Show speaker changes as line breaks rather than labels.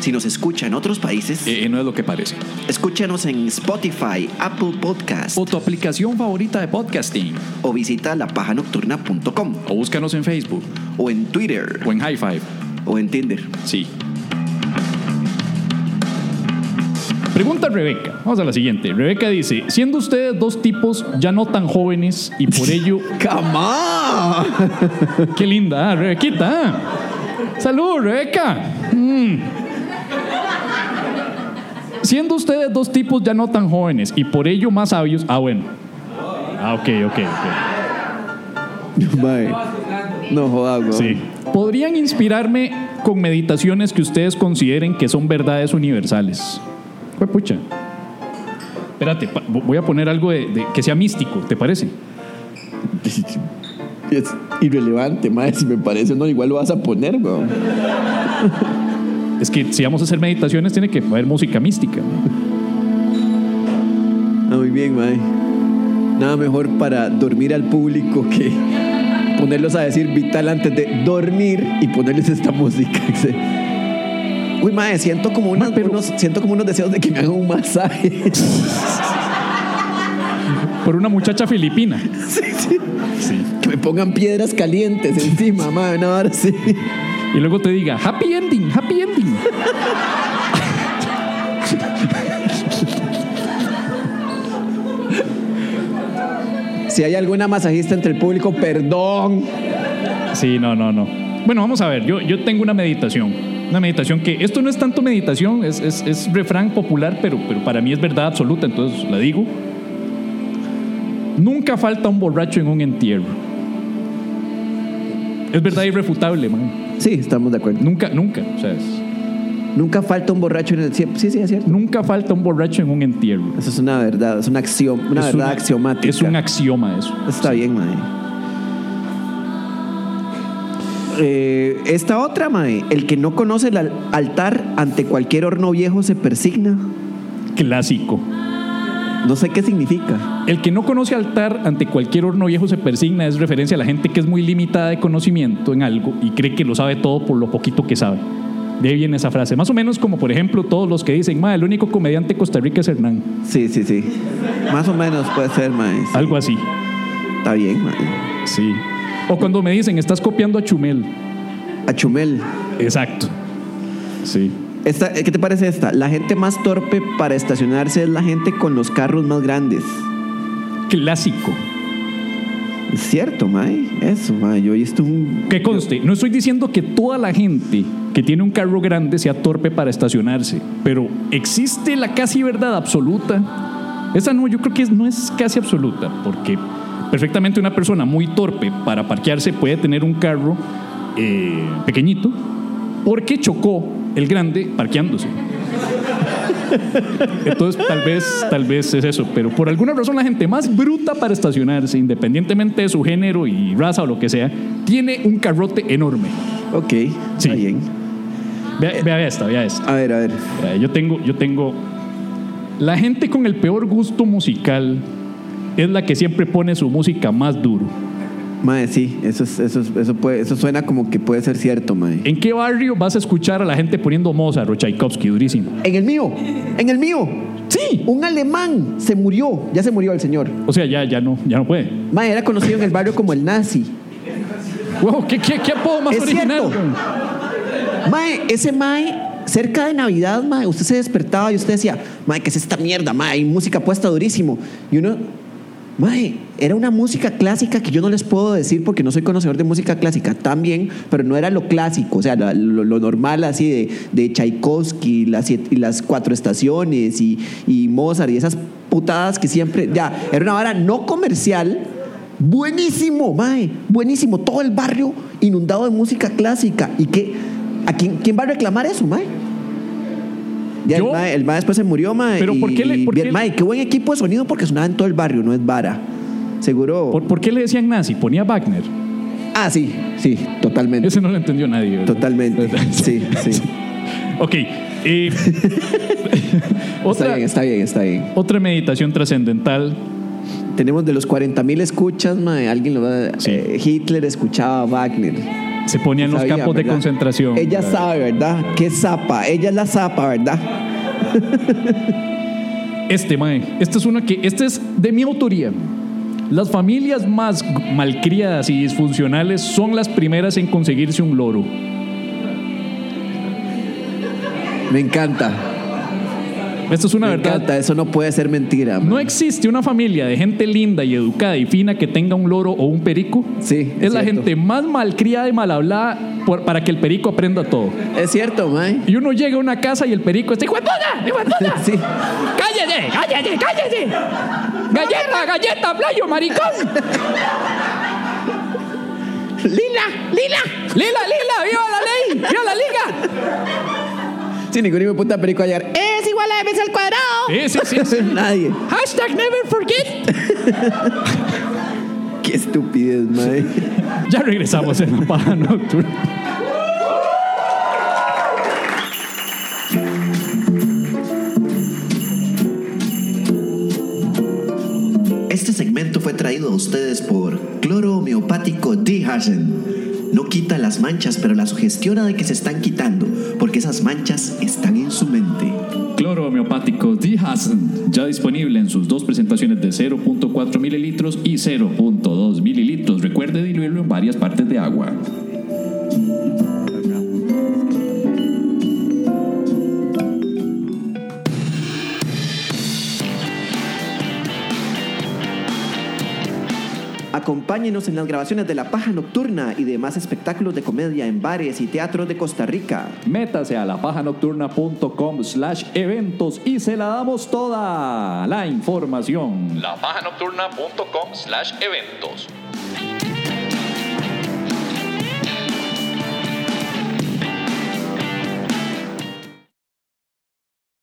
Si nos escucha en otros países,
Eh, no es lo que parece.
escúchanos en Spotify, Apple Podcast
O tu aplicación favorita de podcasting.
o visita lapajanocturna.com
O búscanos en Facebook.
o en Twitter
O en High Five.
o en Tinder.
Sí. Pregunta Rebeca. Vamos a la siguiente. Rebeca dice, siendo ustedes dos tipos ya no tan jóvenes y por ello...
¡Camá!
Qué linda, ¿eh? Rebequita. ¿eh? Salud, Rebeca. Mm. Siendo ustedes dos tipos ya no tan jóvenes y por ello más sabios. Ah, bueno. Ah, ok, ok, ok.
Mae. No jodas, weón.
Sí. Podrían inspirarme con meditaciones que ustedes consideren que son verdades universales. Pues pucha. Espérate, pa- voy a poner algo de- de- que sea místico, ¿te parece?
Es irrelevante, mae. Si me parece, no, igual lo vas a poner, weón.
Es que si vamos a hacer meditaciones, tiene que haber música mística.
Ah, muy bien, mae. Nada mejor para dormir al público que ponerlos a decir vital antes de dormir y ponerles esta música. Uy, mae, siento como, unas- unos, siento como unos deseos de que me hagan un masaje.
Por una muchacha filipina. Sí.
que me pongan piedras calientes encima, mae. No, ahora sí.
Y luego te diga, happy ending, happy ending.
Si hay alguna masajista entre el público, perdón.
Sí, no, no, no. Bueno, vamos a ver, yo, yo tengo una meditación. Una meditación que, esto no es tanto meditación, es, es- es refrán popular, pero, pero para mí es verdad absoluta, entonces la digo. Nunca falta un borracho en un entierro. Es verdad irrefutable, man.
Sí, estamos de acuerdo.
Nunca, nunca, o sea, es-
Nunca falta un borracho en el cielo. Sí, sí, es cierto.
nunca falta un borracho en un entierro.
Eso es una verdad, es una acción, una
Es
verdad axiomática.
Es un axioma eso.
Está bien, mae. Eh, esta otra, mae. El que no conoce el al- altar ante cualquier horno viejo se persigna.
Clásico.
No sé qué significa.
El que no conoce altar ante cualquier horno viejo se persigna es referencia a la gente que es muy limitada de conocimiento en algo y cree que lo sabe todo por lo poquito que sabe. De ahí viene esa frase. Más o menos como, por ejemplo, todos los que dicen, ma, el único comediante de Costa Rica es Hernán.
Sí, sí, sí. Más o menos puede ser, mae. Sí,
Algo así.
Está bien, mae.
Sí. O cuando me dicen, estás copiando a Chumel.
A Chumel.
Exacto. Sí.
Esta, eh, ¿Qué te parece esta? La gente más torpe para estacionarse es la gente con los carros más grandes.
Clásico.
Es cierto, mae. Eso, mae. Yo he visto un.
Que conste, no estoy diciendo que toda la gente que tiene un carro grande sea torpe para estacionarse, pero existe la casi verdad absoluta. Esa no, yo creo que es- no es casi absoluta, porque perfectamente una persona muy torpe para parquearse puede tener un carro eh, pequeñito porque chocó el grande parqueándose. Entonces, tal vez, tal vez es eso, pero por alguna razón la gente más bruta para estacionarse, independientemente de su género y raza o lo que sea, tiene un carrote enorme.
Ok.
Sí.
Está bien.
Vea, vea esta, vea esta.
A ver, a ver.
Vea, Yo tengo, yo tengo. La gente con el peor gusto musical es la que siempre pone su música más duro.
Mae, sí, eso, es- eso, es- eso, puede, eso suena como que puede ser cierto, mae.
¿En qué barrio vas a escuchar a la gente poniendo Mozart o Tchaikovsky durísimo?
En el mío, en el mío.
Sí.
Un alemán se murió, ya se murió el señor.
O sea, ya, ya no, ya no puede.
Mae, era conocido en el barrio como el nazi.
Wow, ¿qué, qué, qué apodo más
Es
original?
cierto. Mae, ese mae, cerca de Navidad, mae, usted se despertaba y usted decía, mae, ¿qué es esta mierda, mae? Hay música puesta durísimo. Y uno, mae, era una música clásica que yo no les puedo decir porque no soy conocedor de música clásica también, pero no era lo clásico, o sea, la- lo, lo normal así de, de Tchaikovsky, las, siete- y las cuatro estaciones y, y Mozart y esas putadas que siempre, ya, era una vara no comercial. Buenísimo, mae, buenísimo. Todo el barrio inundado de música clásica. ¿Y qué? ¿A quién, quién va a reclamar eso, mae? Ya
Yo-
el, mae, el mae después se murió, mae.
Pero
y-
¿por qué le- por
y-
qué le-
Mae, qué buen equipo de sonido porque sonaba en todo el barrio, no es vara. Seguro.
¿Por, por qué le decían nazi? Ponía Wagner.
Ah, sí, sí, totalmente.
Ese no lo entendió nadie. ¿verdad?
Totalmente. Sí, sí.
Ok. eh,
Está
otra,
bien, está bien, está bien.
otra meditación trascendental.
Tenemos de los 40.000 escuchas, mae, alguien lo va a-
Sí.
eh, Hitler escuchaba a Wagner.
Se ponían los
Sabía,
campos de
¿verdad?
concentración.
Ella sabe, ¿verdad? Qué zapa. Ella es la zapa, ¿verdad?
Este, mae. Este es uno que. Este es de mi autoría. Las familias más g- malcriadas y disfuncionales son las primeras en conseguirse un loro.
Me encanta.
Esta es una
Me
verdad.
encanta. Eso no puede ser mentira. mae.
No existe una familia de gente linda y educada y fina que tenga un loro o un perico.
Sí,
Es,
es
la
cierto.
gente más malcriada y mal hablada por- para que el perico aprenda todo.
Es cierto, mae.
Y uno llega a una casa y el perico está ¡Hijo de puta! ¡Hijo de puta!
Sí.
¡Cállese! ¡Cállese! ¡Cállese! ¡Galleta! ¡Galleta! ¡Playo! ¡Maricón!
Lila, Lila.
¡Lila! ¡Lila! ¡Viva la ley! ¡Viva la liga!
Sí, ningún hijo de puta perico va a llegar. Es igual a MS al cuadrado.
Sí, sí, sí, sí.
Nadie.
Hashtag never forget.
Qué estupidez, mae.
Ya regresamos en la paja nocturna.
Este segmento fue traído a ustedes por Cloro Homeopático Dehazen. No quita las manchas, pero la sugestiona de que se están quitando, porque esas manchas están en su mente.
Cloro homeopático Dihazen, ya disponible en sus dos presentaciones de 0.4 mililitros y 0.2 mililitros. Recuerde diluirlo en varias partes de agua.
Acompáñenos en las grabaciones de La Paja Nocturna y demás espectáculos de comedia en bares y teatros de Costa Rica.
Métase a lapajanocturna.com slash eventos y se la damos toda la información.
lapajanocturna.com slash eventos.